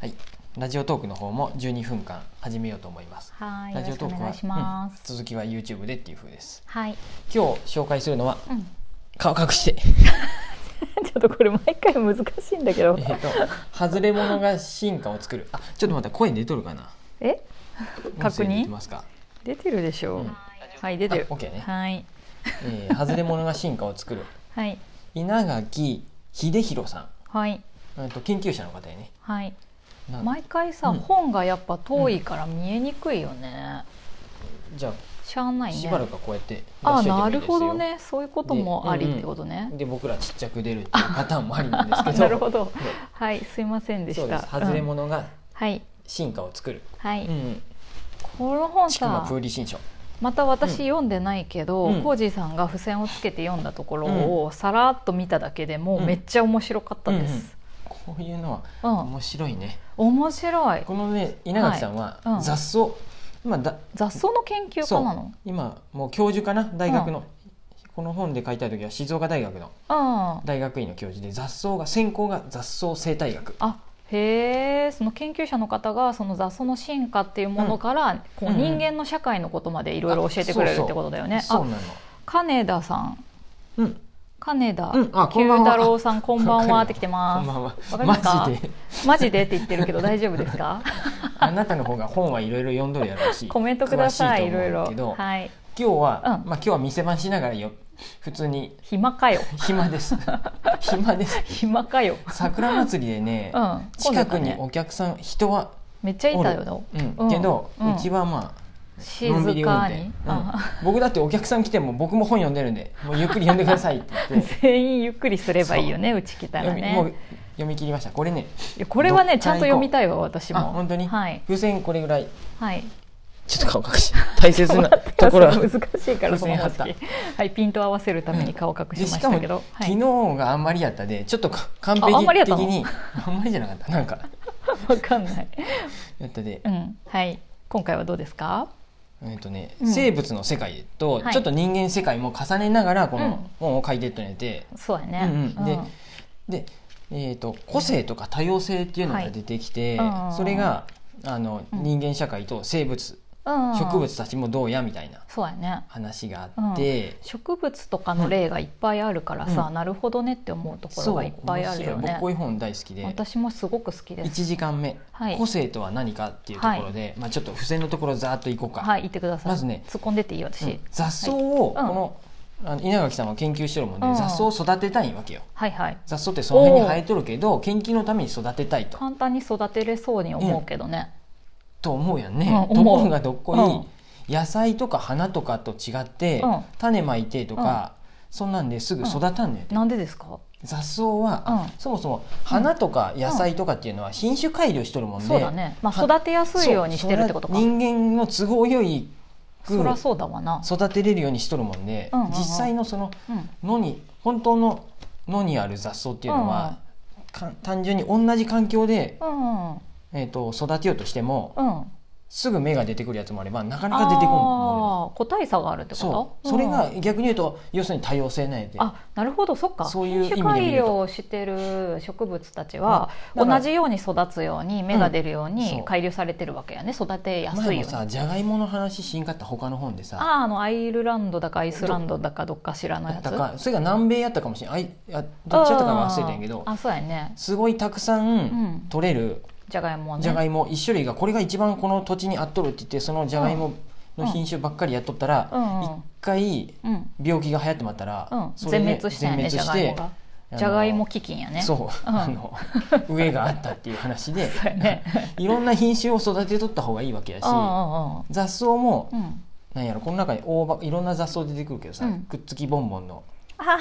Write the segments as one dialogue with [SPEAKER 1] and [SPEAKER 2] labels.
[SPEAKER 1] はい、ラジオトークの方も12分間始めようと思います。
[SPEAKER 2] はい、
[SPEAKER 1] ラ
[SPEAKER 2] よ
[SPEAKER 1] ジ
[SPEAKER 2] ろ
[SPEAKER 1] オト
[SPEAKER 2] しくお
[SPEAKER 1] ーク
[SPEAKER 2] 願
[SPEAKER 1] はい
[SPEAKER 2] します。
[SPEAKER 1] うん続きは YouTube でっていう風です。
[SPEAKER 2] はい、
[SPEAKER 1] 今日紹介するのは
[SPEAKER 2] うん、ち
[SPEAKER 1] 顔隠 して、
[SPEAKER 2] ょっとこれ毎回難しいんだけど
[SPEAKER 1] えっと外れ者が進化を作る。あ、ちょっと待って声に出とるかな。
[SPEAKER 2] え
[SPEAKER 1] 音
[SPEAKER 2] 確認
[SPEAKER 1] 声出てますか。
[SPEAKER 2] 出てるでしょう、
[SPEAKER 1] うん
[SPEAKER 2] はい出てる
[SPEAKER 1] あ OK ね
[SPEAKER 2] はい
[SPEAKER 1] えー、外れ者が進化を作る
[SPEAKER 2] はい
[SPEAKER 1] 稲垣秀弘さ
[SPEAKER 2] はい
[SPEAKER 1] ん、うんと研究者の方やね。
[SPEAKER 2] はい
[SPEAKER 1] な
[SPEAKER 2] 毎回さ、
[SPEAKER 1] うん
[SPEAKER 2] 本がやっぱ遠いから見えにくいよね、
[SPEAKER 1] じゃ
[SPEAKER 2] しゃあ
[SPEAKER 1] あ
[SPEAKER 2] ないね
[SPEAKER 1] しばらくはこうやって出しとい
[SPEAKER 2] あ
[SPEAKER 1] ても
[SPEAKER 2] ない
[SPEAKER 1] い
[SPEAKER 2] る
[SPEAKER 1] です
[SPEAKER 2] ほど
[SPEAKER 1] よ。
[SPEAKER 2] ねそういうこともありってことね、
[SPEAKER 1] で僕らちっちゃく出るっていうパターンもありなんですけど。
[SPEAKER 2] なるほど
[SPEAKER 1] ね
[SPEAKER 2] はいすいませんで
[SPEAKER 1] そう
[SPEAKER 2] し
[SPEAKER 1] で
[SPEAKER 2] た
[SPEAKER 1] す。外れ
[SPEAKER 2] うん
[SPEAKER 1] 者が
[SPEAKER 2] はい
[SPEAKER 1] 進化を作る。
[SPEAKER 2] はい、
[SPEAKER 1] うん
[SPEAKER 2] この本
[SPEAKER 1] ちくま
[SPEAKER 2] さ
[SPEAKER 1] プーリ新書。
[SPEAKER 2] また私読んでないけど、
[SPEAKER 1] うん
[SPEAKER 2] コージーさんが付箋をつけて読んだところをさらっと見ただけでもうめっちゃ面白かったです、
[SPEAKER 1] こういうの
[SPEAKER 2] うん
[SPEAKER 1] は面白いね。
[SPEAKER 2] 面白い
[SPEAKER 1] このね稲垣さんは
[SPEAKER 2] はいうん
[SPEAKER 1] 雑草、今だ
[SPEAKER 2] 雑草の研究
[SPEAKER 1] そ
[SPEAKER 2] 家
[SPEAKER 1] う
[SPEAKER 2] なの
[SPEAKER 1] 今もう教授かな大学の、この本で書いた時は静岡大学の
[SPEAKER 2] うん
[SPEAKER 1] 大学院の教授で雑草が専攻が雑草生態学。
[SPEAKER 2] あへえその研究者の方がその雑草の進化っていうものから、こう
[SPEAKER 1] うんうん
[SPEAKER 2] 人間の社会のことまでいろいろ教えてくれるってことだよね、
[SPEAKER 1] そう
[SPEAKER 2] あ
[SPEAKER 1] なの。
[SPEAKER 2] 金田さん
[SPEAKER 1] うん。
[SPEAKER 2] 金田
[SPEAKER 1] うんあこ
[SPEAKER 2] 九
[SPEAKER 1] んばんは
[SPEAKER 2] 太郎さんこんばんはって来て
[SPEAKER 1] こ
[SPEAKER 2] ま
[SPEAKER 1] ん
[SPEAKER 2] す
[SPEAKER 1] ばんは
[SPEAKER 2] わかりますか
[SPEAKER 1] マジで
[SPEAKER 2] マジでって言ってるけど大丈夫ですか
[SPEAKER 1] あなたの方が本はいろいろ読んどるやろうし
[SPEAKER 2] コメントください
[SPEAKER 1] 詳し
[SPEAKER 2] い
[SPEAKER 1] と
[SPEAKER 2] ろい
[SPEAKER 1] 思うけど
[SPEAKER 2] ろはい
[SPEAKER 1] 今日は、
[SPEAKER 2] うん
[SPEAKER 1] まあ今日は店番しながらよ普通に
[SPEAKER 2] 暇かよ
[SPEAKER 1] 暇です 暇です
[SPEAKER 2] 暇かよ、
[SPEAKER 1] 桜祭りでね、
[SPEAKER 2] うん、
[SPEAKER 1] 近く
[SPEAKER 2] 今度
[SPEAKER 1] に
[SPEAKER 2] だね
[SPEAKER 1] お客さん人は
[SPEAKER 2] めっちゃい
[SPEAKER 1] お
[SPEAKER 2] た
[SPEAKER 1] る
[SPEAKER 2] よ、
[SPEAKER 1] うん、けど、う
[SPEAKER 2] うん
[SPEAKER 1] ちはまあ
[SPEAKER 2] 静
[SPEAKER 1] のんびり運
[SPEAKER 2] か
[SPEAKER 1] 転、う
[SPEAKER 2] に
[SPEAKER 1] ん、
[SPEAKER 2] あ
[SPEAKER 1] 僕だってお客さん来ても僕も本読んでるんでもうゆっくり読んでくださいって言って
[SPEAKER 2] 全員ゆっくりすればいいよねうち来たら
[SPEAKER 1] 読みもう
[SPEAKER 2] ね
[SPEAKER 1] 読み切りましたこれね
[SPEAKER 2] いやこれは
[SPEAKER 1] どっ
[SPEAKER 2] ね
[SPEAKER 1] か
[SPEAKER 2] ち
[SPEAKER 1] ら
[SPEAKER 2] ゃ
[SPEAKER 1] 行こうん
[SPEAKER 2] と読みたいわ私も
[SPEAKER 1] あ本当に
[SPEAKER 2] はい
[SPEAKER 1] 風船これぐらい
[SPEAKER 2] はい
[SPEAKER 1] ちょっと顔隠し大切 なところは
[SPEAKER 2] 難しいから
[SPEAKER 1] 風
[SPEAKER 2] そ
[SPEAKER 1] 船貼
[SPEAKER 2] の方
[SPEAKER 1] った
[SPEAKER 2] 式はいピント合わせるために顔隠
[SPEAKER 1] で
[SPEAKER 2] しま
[SPEAKER 1] し
[SPEAKER 2] し
[SPEAKER 1] かも
[SPEAKER 2] たけど、は
[SPEAKER 1] 昨
[SPEAKER 2] い、
[SPEAKER 1] 日があんまりやったでちょっとか完璧
[SPEAKER 2] ああんまりやっ
[SPEAKER 1] 的
[SPEAKER 2] たの
[SPEAKER 1] にあんまりじゃなかったなんか
[SPEAKER 2] わかんない
[SPEAKER 1] やったで
[SPEAKER 2] うんはい今回はどうですか
[SPEAKER 1] えっとね、
[SPEAKER 2] うん
[SPEAKER 1] 生物の世界と
[SPEAKER 2] はい
[SPEAKER 1] ちょっと人間世界も重ねながらこ
[SPEAKER 2] うん
[SPEAKER 1] の本を書いていったので、
[SPEAKER 2] そうやね、
[SPEAKER 1] うんうんでで、えー、と個性とか多様性っていうのが出てきて、
[SPEAKER 2] はいうん
[SPEAKER 1] それがあの
[SPEAKER 2] うん
[SPEAKER 1] 人間社会と生物、
[SPEAKER 2] うん
[SPEAKER 1] 植物たちもどうやみたいな
[SPEAKER 2] そうやね
[SPEAKER 1] 話があって、
[SPEAKER 2] 植物とかの例がいっぱいあるからさ、なるほどねって思うところ
[SPEAKER 1] そう
[SPEAKER 2] がいっぱいある
[SPEAKER 1] 面白
[SPEAKER 2] よ
[SPEAKER 1] い僕
[SPEAKER 2] ね
[SPEAKER 1] こういう本大好きで
[SPEAKER 2] 私もすごく好きです
[SPEAKER 1] 1時間目、
[SPEAKER 2] はい
[SPEAKER 1] 個性とは何かっていうところで、まあ、ちょっと付箋のところざーっといこうか、
[SPEAKER 2] はい言ってください
[SPEAKER 1] まずね
[SPEAKER 2] 突っ込んでっていいよ私、
[SPEAKER 1] うん雑草をこ
[SPEAKER 2] はいうん
[SPEAKER 1] の,、あの稲垣さんは研究してるもんで、
[SPEAKER 2] うん
[SPEAKER 1] 雑草を育てたいわけよ
[SPEAKER 2] はいはい
[SPEAKER 1] 雑草ってその辺に生えとるけど研究のために育てたいと
[SPEAKER 2] 簡単に育てれそうに思うけどね、
[SPEAKER 1] と思うやんね、
[SPEAKER 2] うん
[SPEAKER 1] と
[SPEAKER 2] 思う
[SPEAKER 1] ころがどっこい、野菜とか花とかと違って、
[SPEAKER 2] うん
[SPEAKER 1] 種まいてとか、そんなんですぐ育たんねんて、
[SPEAKER 2] なんでですか
[SPEAKER 1] 雑草は、あ
[SPEAKER 2] うん
[SPEAKER 1] そもそも花とか野菜とかっていうのは品種改良しとるもんで、
[SPEAKER 2] そうだね、まあ、
[SPEAKER 1] は
[SPEAKER 2] 育てやすいようにしてるってことか
[SPEAKER 1] そう人間の都合よい
[SPEAKER 2] そりゃ
[SPEAKER 1] く
[SPEAKER 2] そうだわな、
[SPEAKER 1] 育てれるようにしとるもんで、
[SPEAKER 2] うんうんうん
[SPEAKER 1] 実際のその
[SPEAKER 2] うん、
[SPEAKER 1] 野に本当の野にある雑草っていうのは、か単純に同じ環境で、
[SPEAKER 2] うんうん
[SPEAKER 1] えー、と育てようとしても、
[SPEAKER 2] うん
[SPEAKER 1] すぐ芽が出てくるやつもあればなかなか
[SPEAKER 2] あ
[SPEAKER 1] 出てこんも
[SPEAKER 2] あー個体差があるって
[SPEAKER 1] の
[SPEAKER 2] こ
[SPEAKER 1] そ
[SPEAKER 2] と
[SPEAKER 1] うそれ
[SPEAKER 2] う
[SPEAKER 1] が
[SPEAKER 2] ん
[SPEAKER 1] 逆に言うと要するに多様性なんやで
[SPEAKER 2] あなるほどそっか
[SPEAKER 1] そういう意味で見る
[SPEAKER 2] 品
[SPEAKER 1] と
[SPEAKER 2] 種改良をしてる植物たちは、
[SPEAKER 1] うんだから
[SPEAKER 2] 同じように育つように芽が出るよう
[SPEAKER 1] うんそ
[SPEAKER 2] に
[SPEAKER 1] う
[SPEAKER 2] 改良されてるわけやね育てやすいよう
[SPEAKER 1] 前
[SPEAKER 2] に
[SPEAKER 1] もさじゃがいもの話しんかった他の本でさ
[SPEAKER 2] あああのアイルランドだかアイスランドだかどっか知らないやつ
[SPEAKER 1] だからそれが南米やったかもしれないあいあどっちやったか忘れたんやけど
[SPEAKER 2] あそうやね
[SPEAKER 1] すごいたくさん
[SPEAKER 2] ん
[SPEAKER 1] 取れる
[SPEAKER 2] じゃがいもね
[SPEAKER 1] じゃがいも一種類がこれが一番この土地に合っとるって言ってそのじゃがいもの品種ばっかりやっとったら一回
[SPEAKER 2] うんうんうん
[SPEAKER 1] 病気が流行ってまった
[SPEAKER 2] う
[SPEAKER 1] ら
[SPEAKER 2] ん
[SPEAKER 1] それで
[SPEAKER 2] 全滅したよね
[SPEAKER 1] 全
[SPEAKER 2] じゃ
[SPEAKER 1] 滅
[SPEAKER 2] がいもが
[SPEAKER 1] あの
[SPEAKER 2] じゃがいも基金やね
[SPEAKER 1] そう、
[SPEAKER 2] うん
[SPEAKER 1] あの上があったっていう話で
[SPEAKER 2] そうやね
[SPEAKER 1] いろんな品種を育てとった方がいいわけやし
[SPEAKER 2] うんうんうん
[SPEAKER 1] 雑草も
[SPEAKER 2] うん
[SPEAKER 1] なんやろこの中に大葉いろんな雑草出てくるけどさ、
[SPEAKER 2] うん
[SPEAKER 1] くっつきボンボンの
[SPEAKER 2] あ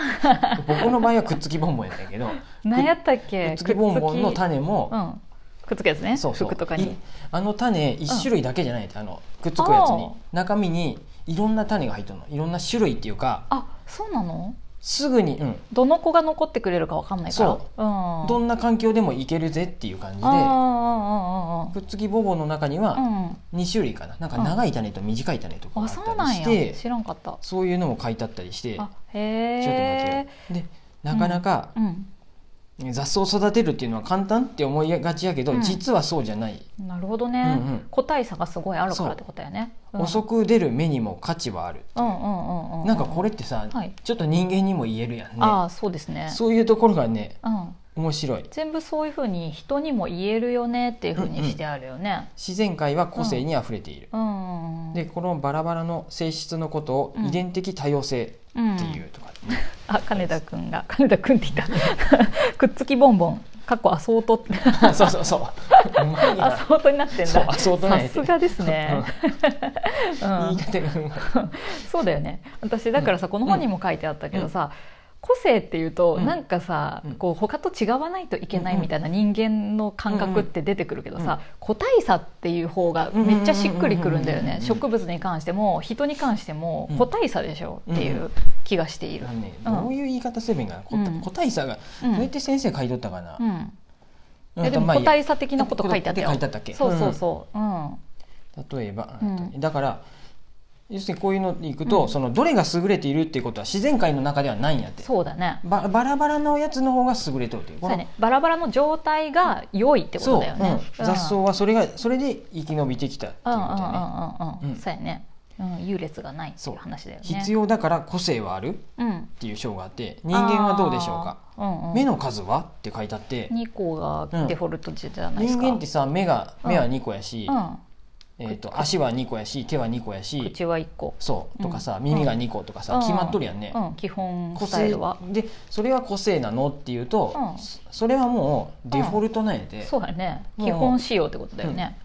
[SPEAKER 1] 僕の場合はくっつきボンボンやった けど
[SPEAKER 2] 何やったっ
[SPEAKER 1] く
[SPEAKER 2] け
[SPEAKER 1] っつきボンボンの
[SPEAKER 2] くっつ
[SPEAKER 1] 種も
[SPEAKER 2] き、うんくっつくやつね
[SPEAKER 1] そうそう
[SPEAKER 2] 服とか
[SPEAKER 1] い
[SPEAKER 2] に
[SPEAKER 1] あの種一種類だけじゃないってあのくっつくやつに中身にいろんな種が入ってるのいろんな種類っていうか
[SPEAKER 2] あそうなの
[SPEAKER 1] すぐに、うん、
[SPEAKER 2] どの子が残ってくれるかわかんないから、
[SPEAKER 1] そう
[SPEAKER 2] うん、
[SPEAKER 1] どんな環境でもいけるぜっていう感じで
[SPEAKER 2] あー
[SPEAKER 1] くっつきボンボンの中には、
[SPEAKER 2] あーあーあーうん
[SPEAKER 1] 2種類かななんか長い種と短い種とかがあ
[SPEAKER 2] あ
[SPEAKER 1] った
[SPEAKER 2] そうな
[SPEAKER 1] り
[SPEAKER 2] ん
[SPEAKER 1] し
[SPEAKER 2] や
[SPEAKER 1] て
[SPEAKER 2] 知らんかった
[SPEAKER 1] そういうのも書いてあったりしてちょっ
[SPEAKER 2] あ
[SPEAKER 1] と待って
[SPEAKER 2] へえ
[SPEAKER 1] よでなかなか
[SPEAKER 2] うん
[SPEAKER 1] 雑草を育てるっていうのは簡単って思いがちやけど、
[SPEAKER 2] うん
[SPEAKER 1] 実はそうじゃない、
[SPEAKER 2] なるほどね、
[SPEAKER 1] うんうん
[SPEAKER 2] 個体差がすごいあるからってことやね、うん、
[SPEAKER 1] 遅く出る目にも価値はある、
[SPEAKER 2] うんうんうんうん
[SPEAKER 1] なんかこれってさ、
[SPEAKER 2] はい
[SPEAKER 1] ちょっと人間にも言えるやんね
[SPEAKER 2] ああそうですね
[SPEAKER 1] そういうところがね
[SPEAKER 2] うん、
[SPEAKER 1] 面白い
[SPEAKER 2] 全部そういうふうに人にも言えるよねっていうふうにしてあるよね。
[SPEAKER 1] 自然界は個性にあふれている、
[SPEAKER 2] うんうんうん
[SPEAKER 1] でこのバラバラの性質のことを
[SPEAKER 2] うん
[SPEAKER 1] 遺伝的多様性
[SPEAKER 2] うん
[SPEAKER 1] っていうとかね、
[SPEAKER 2] あ金田君が金田君って言った くっつきボンボンかっこアソートって
[SPEAKER 1] そうそう そううまい
[SPEAKER 2] ア
[SPEAKER 1] な
[SPEAKER 2] ソートになってんだ
[SPEAKER 1] そうアソートなんや
[SPEAKER 2] さすがですね、う
[SPEAKER 1] うん言い
[SPEAKER 2] ん、
[SPEAKER 1] 方がうまい
[SPEAKER 2] そうだよね私だからさこの本にも書いてあったけどさ、個性っていうと、
[SPEAKER 1] うん
[SPEAKER 2] なんかさ、
[SPEAKER 1] うん
[SPEAKER 2] こう他と違わないといけないみたいな人間の感覚って出てくるけどさ、個体差っていう方がめっちゃしっくりくるんだよ
[SPEAKER 1] うんうんうん
[SPEAKER 2] ね
[SPEAKER 1] うん
[SPEAKER 2] 植物に関しても人に関しても
[SPEAKER 1] うん
[SPEAKER 2] 個体差でしょっていう気がしている
[SPEAKER 1] あ。のね
[SPEAKER 2] うん
[SPEAKER 1] どういう言い方すればいいんかな、こ
[SPEAKER 2] うん
[SPEAKER 1] 個体差が、
[SPEAKER 2] うん
[SPEAKER 1] どうやって先生書いとったかな、
[SPEAKER 2] うん
[SPEAKER 1] うん
[SPEAKER 2] えで
[SPEAKER 1] と
[SPEAKER 2] も
[SPEAKER 1] まあい
[SPEAKER 2] 個
[SPEAKER 1] い
[SPEAKER 2] 体差的なこと書いてあったよ
[SPEAKER 1] 書いてあったっけ
[SPEAKER 2] そうそうそう、うん
[SPEAKER 1] 例えば、
[SPEAKER 2] うん
[SPEAKER 1] だから要するにこういうのでいくと、
[SPEAKER 2] うん
[SPEAKER 1] そのどれが優れているっていうことは自然界の中ではないんやって
[SPEAKER 2] そうだね
[SPEAKER 1] ばバラバラのやつの方が優れとるっていうこ
[SPEAKER 2] そう
[SPEAKER 1] の
[SPEAKER 2] やねバラバラの状態が良いってことだよね。
[SPEAKER 1] そう、うん、雑草はそれがそれで生き延びてきたっていうこ
[SPEAKER 2] う
[SPEAKER 1] と
[SPEAKER 2] ん
[SPEAKER 1] や
[SPEAKER 2] う
[SPEAKER 1] ね、
[SPEAKER 2] んうんうんう
[SPEAKER 1] うん
[SPEAKER 2] ん、そうやね、うん、優劣がないっていう話だよね
[SPEAKER 1] 必要だから個性はあるっ
[SPEAKER 2] うん、
[SPEAKER 1] ていう章があって人間はどうでしょうか
[SPEAKER 2] あー、うんうん、
[SPEAKER 1] 目の数はって書いてあって
[SPEAKER 2] 2個がデフォルト値じゃないです
[SPEAKER 1] 人
[SPEAKER 2] か、
[SPEAKER 1] 間ってさ目が
[SPEAKER 2] うん
[SPEAKER 1] 目は2個やし、
[SPEAKER 2] う
[SPEAKER 1] えー、と足は2個やし手は2個や
[SPEAKER 2] ん、
[SPEAKER 1] し
[SPEAKER 2] 口は1個、
[SPEAKER 1] そうとかさ、
[SPEAKER 2] うん
[SPEAKER 1] 耳が2個とかさ、
[SPEAKER 2] うん
[SPEAKER 1] 決まっとるやんね、
[SPEAKER 2] うん、基本
[SPEAKER 1] 個
[SPEAKER 2] スタイ
[SPEAKER 1] 性
[SPEAKER 2] ルは
[SPEAKER 1] でそれは個性なのっていうと、
[SPEAKER 2] うん
[SPEAKER 1] そそれはもうデフォルトなんやで、
[SPEAKER 2] そうやね
[SPEAKER 1] もう
[SPEAKER 2] 基本仕様ってことだよね、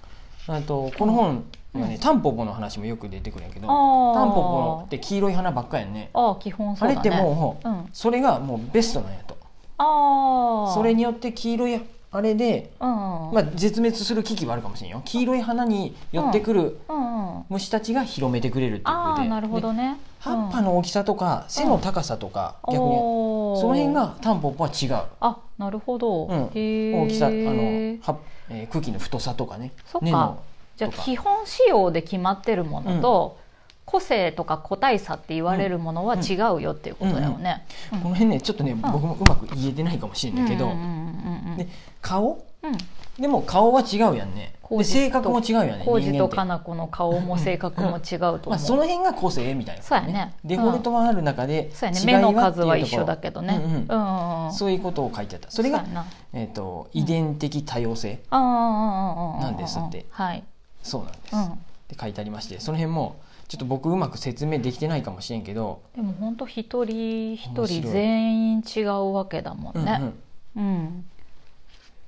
[SPEAKER 1] あとこの本にはね、
[SPEAKER 2] うん
[SPEAKER 1] タンポポの話もよく出てくるんやけど
[SPEAKER 2] あー
[SPEAKER 1] タンポポって黄色い花ばっかやんね
[SPEAKER 2] ああ基本そ
[SPEAKER 1] あ
[SPEAKER 2] うだ
[SPEAKER 1] れ
[SPEAKER 2] ね
[SPEAKER 1] ってもう、
[SPEAKER 2] うん、あ
[SPEAKER 1] それがもうベストなんやと
[SPEAKER 2] あ
[SPEAKER 1] それによって黄色いあれで、
[SPEAKER 2] うんうん
[SPEAKER 1] まあ、絶滅する危機はあるかもしれんよ黄色い花に寄ってくる
[SPEAKER 2] うんうん
[SPEAKER 1] 虫たちが広めてくれるっていう
[SPEAKER 2] あ
[SPEAKER 1] こと
[SPEAKER 2] あ
[SPEAKER 1] で
[SPEAKER 2] なるほど
[SPEAKER 1] で
[SPEAKER 2] ね
[SPEAKER 1] 葉っぱの大きさとか背の高さとか、
[SPEAKER 2] うん
[SPEAKER 1] 逆に
[SPEAKER 2] おー
[SPEAKER 1] その辺がタンポポは違う
[SPEAKER 2] あなるほど、
[SPEAKER 1] うん
[SPEAKER 2] へー
[SPEAKER 1] 大きさあの葉っえー、茎の太さとかね
[SPEAKER 2] そっか
[SPEAKER 1] 根の
[SPEAKER 2] じゃあ
[SPEAKER 1] とか
[SPEAKER 2] 基本仕様で決まってるものと、個性とか個体差って言われるものは違うよっていうことだよね。うん
[SPEAKER 1] この辺ねちょっとね、僕もうまく言えてないかもしれないけど、
[SPEAKER 2] うんうんうんうん
[SPEAKER 1] で顔
[SPEAKER 2] うん
[SPEAKER 1] でも顔は違うやんね
[SPEAKER 2] 浩
[SPEAKER 1] で
[SPEAKER 2] 二と
[SPEAKER 1] 性格も違うやんね
[SPEAKER 2] 浩
[SPEAKER 1] 人
[SPEAKER 2] 二
[SPEAKER 1] 間
[SPEAKER 2] と
[SPEAKER 1] って
[SPEAKER 2] かな子の顔も性格も違うと思う。
[SPEAKER 1] まあ、その辺が個性みたいなこと、
[SPEAKER 2] そうやね
[SPEAKER 1] デフォルトはある中で、
[SPEAKER 2] そうやね
[SPEAKER 1] 違い
[SPEAKER 2] 目の
[SPEAKER 1] はっていうと
[SPEAKER 2] 数
[SPEAKER 1] ころ
[SPEAKER 2] は一緒だけどね。
[SPEAKER 1] うんうん
[SPEAKER 2] うんうん
[SPEAKER 1] そういうことを書いてあったそれ
[SPEAKER 2] そ
[SPEAKER 1] が
[SPEAKER 2] うやな
[SPEAKER 1] えー、と遺伝的多様性、
[SPEAKER 2] うんうんうんうんうん
[SPEAKER 1] なんですって
[SPEAKER 2] はい。
[SPEAKER 1] そうなんです、
[SPEAKER 2] う
[SPEAKER 1] っ
[SPEAKER 2] ん。
[SPEAKER 1] て書いてありましてその辺もちょっと僕うまく説明できてないかもしれんけど、
[SPEAKER 2] でも本当一人一
[SPEAKER 1] 面
[SPEAKER 2] 人
[SPEAKER 1] 白い
[SPEAKER 2] 全員違うわけだも
[SPEAKER 1] うんん
[SPEAKER 2] ね。
[SPEAKER 1] うん
[SPEAKER 2] うん、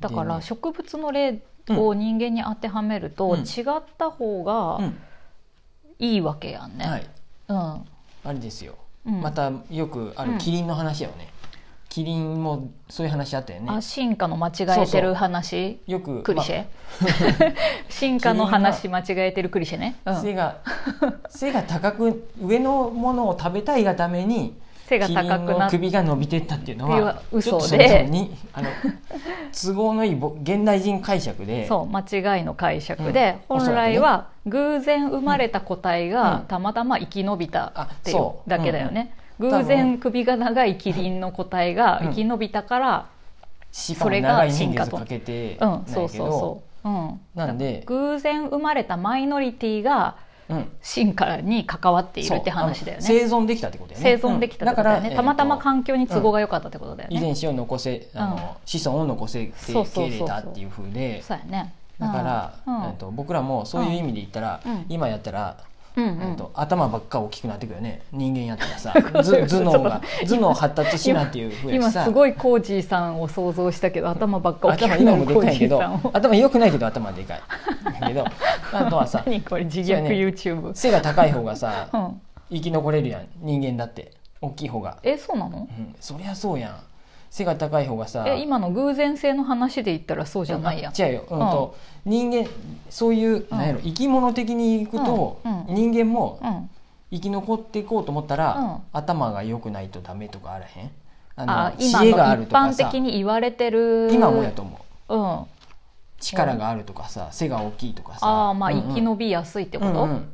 [SPEAKER 2] だか
[SPEAKER 1] で
[SPEAKER 2] ら
[SPEAKER 1] ね
[SPEAKER 2] 植物の例を人間に当てはめると、
[SPEAKER 1] うん
[SPEAKER 2] 違った方
[SPEAKER 1] う
[SPEAKER 2] が
[SPEAKER 1] ん
[SPEAKER 2] いいわけやんね。
[SPEAKER 1] はい
[SPEAKER 2] うん
[SPEAKER 1] あれですよ、
[SPEAKER 2] うん
[SPEAKER 1] またよくあ
[SPEAKER 2] う
[SPEAKER 1] る
[SPEAKER 2] ん
[SPEAKER 1] キリンの話やよね、キリンもそういう話あったよね
[SPEAKER 2] あ進化の間違えてる話
[SPEAKER 1] よく
[SPEAKER 2] クリシェ、 進化の話間違えてるクリシェね、う
[SPEAKER 1] まあ背
[SPEAKER 2] ん、
[SPEAKER 1] が背が高く上のものを食べたいがために
[SPEAKER 2] 背が高くなっ
[SPEAKER 1] キリンの首が伸びてったっていうの
[SPEAKER 2] っていうの
[SPEAKER 1] は
[SPEAKER 2] は嘘で
[SPEAKER 1] ちょっとそれにあの 都合のいいぼ現代人解釈で
[SPEAKER 2] そう間違いの解釈で、
[SPEAKER 1] うん
[SPEAKER 2] 本来は偶然生まれた個体
[SPEAKER 1] う
[SPEAKER 2] が
[SPEAKER 1] ん
[SPEAKER 2] たまたま生き延びたってい
[SPEAKER 1] あ
[SPEAKER 2] う
[SPEAKER 1] そう
[SPEAKER 2] だけだよね、
[SPEAKER 1] ん
[SPEAKER 2] 偶然首が長いキリンの個体が
[SPEAKER 1] うん
[SPEAKER 2] 生き延びたから、
[SPEAKER 1] しか
[SPEAKER 2] そ
[SPEAKER 1] も
[SPEAKER 2] れが
[SPEAKER 1] 長い年
[SPEAKER 2] 進化
[SPEAKER 1] 月
[SPEAKER 2] と
[SPEAKER 1] かけて
[SPEAKER 2] う
[SPEAKER 1] なん
[SPEAKER 2] ん、
[SPEAKER 1] やけ
[SPEAKER 2] そ
[SPEAKER 1] ど
[SPEAKER 2] うそうそう、うん、
[SPEAKER 1] なんで
[SPEAKER 2] 偶然生まれたマイノリティが
[SPEAKER 1] うん
[SPEAKER 2] 進化に関わっている
[SPEAKER 1] そう
[SPEAKER 2] って話だよ
[SPEAKER 1] あの
[SPEAKER 2] ね
[SPEAKER 1] 生存できたってことだよ
[SPEAKER 2] 生
[SPEAKER 1] ね
[SPEAKER 2] 存できたって
[SPEAKER 1] うん
[SPEAKER 2] ことだよね、
[SPEAKER 1] から
[SPEAKER 2] たまたま
[SPEAKER 1] えーと
[SPEAKER 2] 環境に都合が良かったってことだよ
[SPEAKER 1] 遺
[SPEAKER 2] ね、
[SPEAKER 1] 伝子を残せあの、子孫を残せて
[SPEAKER 2] そうそうそうそう
[SPEAKER 1] 受け入れたっていうふうで
[SPEAKER 2] そうやね
[SPEAKER 1] だから、
[SPEAKER 2] うん
[SPEAKER 1] えっと僕らもそういう意味で言ったら、
[SPEAKER 2] うん
[SPEAKER 1] 今やったら、
[SPEAKER 2] うんう
[SPEAKER 1] えっ
[SPEAKER 2] ん
[SPEAKER 1] と頭ばっか大きくなってくるよね人間やったら さ
[SPEAKER 2] ご
[SPEAKER 1] 頭
[SPEAKER 2] めん
[SPEAKER 1] 頭脳が
[SPEAKER 2] ち
[SPEAKER 1] 頭脳発達しなっていうふうや
[SPEAKER 2] 今
[SPEAKER 1] しさ
[SPEAKER 2] すごいコージーさんを想像したけど頭ばっか大き
[SPEAKER 1] 頭
[SPEAKER 2] くな
[SPEAKER 1] 今
[SPEAKER 2] る
[SPEAKER 1] もで
[SPEAKER 2] コ
[SPEAKER 1] か
[SPEAKER 2] ー
[SPEAKER 1] い
[SPEAKER 2] ジ
[SPEAKER 1] け
[SPEAKER 2] ー
[SPEAKER 1] ど
[SPEAKER 2] さんを
[SPEAKER 1] 頭良くないけど頭でかいだ けどあとはさ
[SPEAKER 2] 何これ自虐
[SPEAKER 1] そうね
[SPEAKER 2] YouTube、
[SPEAKER 1] 背が高い方がさ、
[SPEAKER 2] うん、
[SPEAKER 1] 生き残れるやん人間だって大きい方が、
[SPEAKER 2] えそうなの
[SPEAKER 1] うん、そりゃそうやん背が高い方がさ
[SPEAKER 2] え今の偶然性の話で言ったらそうじゃないや
[SPEAKER 1] うんあ違うよ、うんと人間そういう、なんやろ生き物的にいくと、
[SPEAKER 2] うんう
[SPEAKER 1] 人間も
[SPEAKER 2] うん
[SPEAKER 1] 生き残っていこうと思ったら、
[SPEAKER 2] うん
[SPEAKER 1] 頭が良くないとダメとかあらへんあの
[SPEAKER 2] あ今
[SPEAKER 1] 知
[SPEAKER 2] の
[SPEAKER 1] 恵
[SPEAKER 2] 一
[SPEAKER 1] があるとか
[SPEAKER 2] 般
[SPEAKER 1] さ
[SPEAKER 2] 的に言われてる
[SPEAKER 1] 今もやと思う
[SPEAKER 2] うん
[SPEAKER 1] 力があるとかさ背が大きいとかさ
[SPEAKER 2] ああまあ
[SPEAKER 1] うんうん
[SPEAKER 2] 生き延びやすいってこ
[SPEAKER 1] うんう
[SPEAKER 2] と
[SPEAKER 1] ん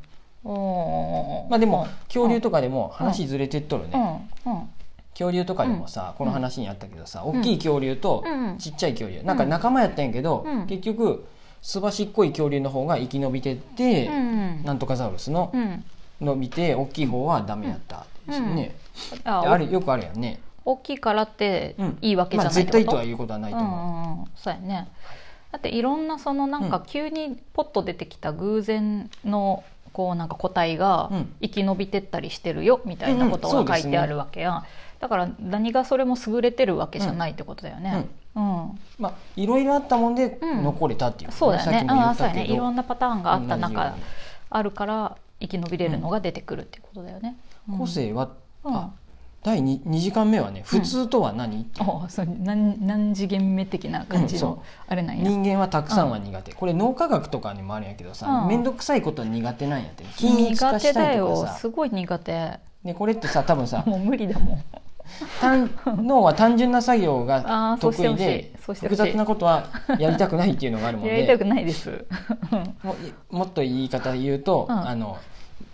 [SPEAKER 2] おー
[SPEAKER 1] まあでも恐竜とかでも話ずれてっとるね、
[SPEAKER 2] うんうん
[SPEAKER 1] 恐竜とかでもさ、この話にあったけどさ、大きい恐竜と
[SPEAKER 2] うん
[SPEAKER 1] ちっちゃい恐竜、なんか仲間やったんやけど、
[SPEAKER 2] うん
[SPEAKER 1] 結局すばしっこい恐竜の方が生き延びてて、
[SPEAKER 2] うん
[SPEAKER 1] なんとかザウルスの
[SPEAKER 2] うん
[SPEAKER 1] 伸びて大きい方はダメやったですよね、
[SPEAKER 2] あ
[SPEAKER 1] であるよくあるやんね、
[SPEAKER 2] 大きいからって
[SPEAKER 1] うん
[SPEAKER 2] いいわけじ
[SPEAKER 1] ま
[SPEAKER 2] ゃな
[SPEAKER 1] あ、
[SPEAKER 2] いっ
[SPEAKER 1] 絶対
[SPEAKER 2] てこと
[SPEAKER 1] は言うことはないと思う、
[SPEAKER 2] うんうんうん、そうやねだっていろんなそのなん
[SPEAKER 1] う
[SPEAKER 2] か
[SPEAKER 1] ん
[SPEAKER 2] 急にポッと出てきた偶然のこうなんか個体が
[SPEAKER 1] うん
[SPEAKER 2] 生き延びてったりしてるよみたいなこと
[SPEAKER 1] うんうんそう
[SPEAKER 2] が
[SPEAKER 1] で
[SPEAKER 2] 書
[SPEAKER 1] す
[SPEAKER 2] い
[SPEAKER 1] ね
[SPEAKER 2] てあるわけや、だから何がそれも優れてるわけじゃないってことだよね。うん
[SPEAKER 1] まあ、いろいろあったもんで
[SPEAKER 2] うん
[SPEAKER 1] 残れたっていう、
[SPEAKER 2] そうだよ
[SPEAKER 1] さっ
[SPEAKER 2] ね
[SPEAKER 1] きも言
[SPEAKER 2] ああ
[SPEAKER 1] っ
[SPEAKER 2] そ
[SPEAKER 1] た
[SPEAKER 2] うや
[SPEAKER 1] け
[SPEAKER 2] ね
[SPEAKER 1] ど、
[SPEAKER 2] いろんなパターンがあっ
[SPEAKER 1] 同じよ
[SPEAKER 2] た
[SPEAKER 1] う
[SPEAKER 2] 中
[SPEAKER 1] に
[SPEAKER 2] あるから生き延びれるのが出てくるってことだよね。うん
[SPEAKER 1] 個性は、
[SPEAKER 2] うん
[SPEAKER 1] あ第 2, 二時間目はね普通とは何、っていう
[SPEAKER 2] ああそう何何次元目的な感じ
[SPEAKER 1] うん
[SPEAKER 2] の
[SPEAKER 1] そ
[SPEAKER 2] あれなんや。
[SPEAKER 1] 人間はたくさんは苦手、これ脳科学とかにもあるんやけどさ
[SPEAKER 2] うん
[SPEAKER 1] 面倒、くさいことは苦手なんやって均一
[SPEAKER 2] 苦
[SPEAKER 1] 化し
[SPEAKER 2] 手
[SPEAKER 1] た
[SPEAKER 2] だ
[SPEAKER 1] いと
[SPEAKER 2] よ
[SPEAKER 1] かさ
[SPEAKER 2] すごい苦手。
[SPEAKER 1] でこれってさ多分さ
[SPEAKER 2] もう無理だもん。
[SPEAKER 1] 単脳は単純な作業
[SPEAKER 2] あ
[SPEAKER 1] が
[SPEAKER 2] ーそう
[SPEAKER 1] 得意
[SPEAKER 2] してほしい
[SPEAKER 1] で
[SPEAKER 2] そうして
[SPEAKER 1] 複
[SPEAKER 2] ほしい
[SPEAKER 1] 雑なことはやりたくないっていうのがあるもん
[SPEAKER 2] やりた
[SPEAKER 1] で
[SPEAKER 2] くないです。うん
[SPEAKER 1] もうもっと言い方で言うと、
[SPEAKER 2] うん
[SPEAKER 1] あの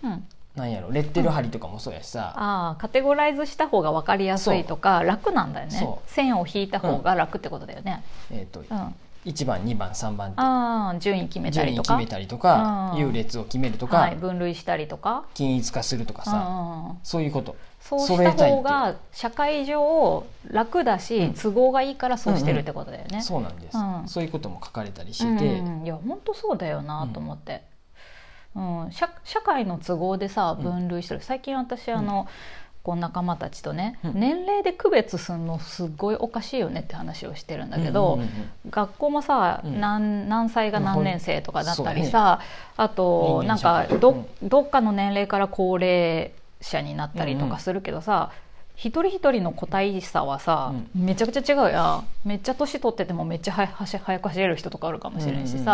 [SPEAKER 2] うん
[SPEAKER 1] なんやろレッテル貼りとかもそうやしさ、
[SPEAKER 2] ああ、カテゴライズした方が分かりやすいとか楽なんだよね
[SPEAKER 1] そ。
[SPEAKER 2] 線を引いた方が楽ってことだよね。
[SPEAKER 1] えー、と
[SPEAKER 2] うん、あ
[SPEAKER 1] 1番2番3番っ
[SPEAKER 2] あ、順位決
[SPEAKER 1] て
[SPEAKER 2] めた
[SPEAKER 1] 順
[SPEAKER 2] り
[SPEAKER 1] 位
[SPEAKER 2] と
[SPEAKER 1] 決
[SPEAKER 2] か
[SPEAKER 1] め、たりとか
[SPEAKER 2] うん
[SPEAKER 1] 優劣を決めるとか、
[SPEAKER 2] はい、分類したりとか、
[SPEAKER 1] 均一化するとか
[SPEAKER 2] う
[SPEAKER 1] さ、
[SPEAKER 2] んうんうん
[SPEAKER 1] そういうこと
[SPEAKER 2] そう
[SPEAKER 1] 揃
[SPEAKER 2] し
[SPEAKER 1] えた
[SPEAKER 2] た
[SPEAKER 1] いっていう
[SPEAKER 2] 方が社会上楽だし、
[SPEAKER 1] うん
[SPEAKER 2] 都合がいいからそうしてるってことだよね。
[SPEAKER 1] そうなんです、
[SPEAKER 2] うん
[SPEAKER 1] そういうことも書かれたりして
[SPEAKER 2] うん
[SPEAKER 1] て、
[SPEAKER 2] いや本当そうだよなと思って、うん社社会の都合でさ
[SPEAKER 1] うん
[SPEAKER 2] 分類してる、最近私あの、こう仲間たちとね、
[SPEAKER 1] うん
[SPEAKER 2] 年齢で区別するのすごいおかしいよねって話をしてるんだけど、
[SPEAKER 1] うんうんうん
[SPEAKER 2] 学校もさ、
[SPEAKER 1] うん
[SPEAKER 2] 何何歳が何年生とかだったりさ、あ
[SPEAKER 1] 人
[SPEAKER 2] と
[SPEAKER 1] 間
[SPEAKER 2] なんかどどっかの年齢から高齢者になったりとかするけどさ、一人一人の個体差はさ、めちゃくちゃ違うやんめっちゃ年取っててもめっちゃははし早く走れる人とかあるかもしれんしさ、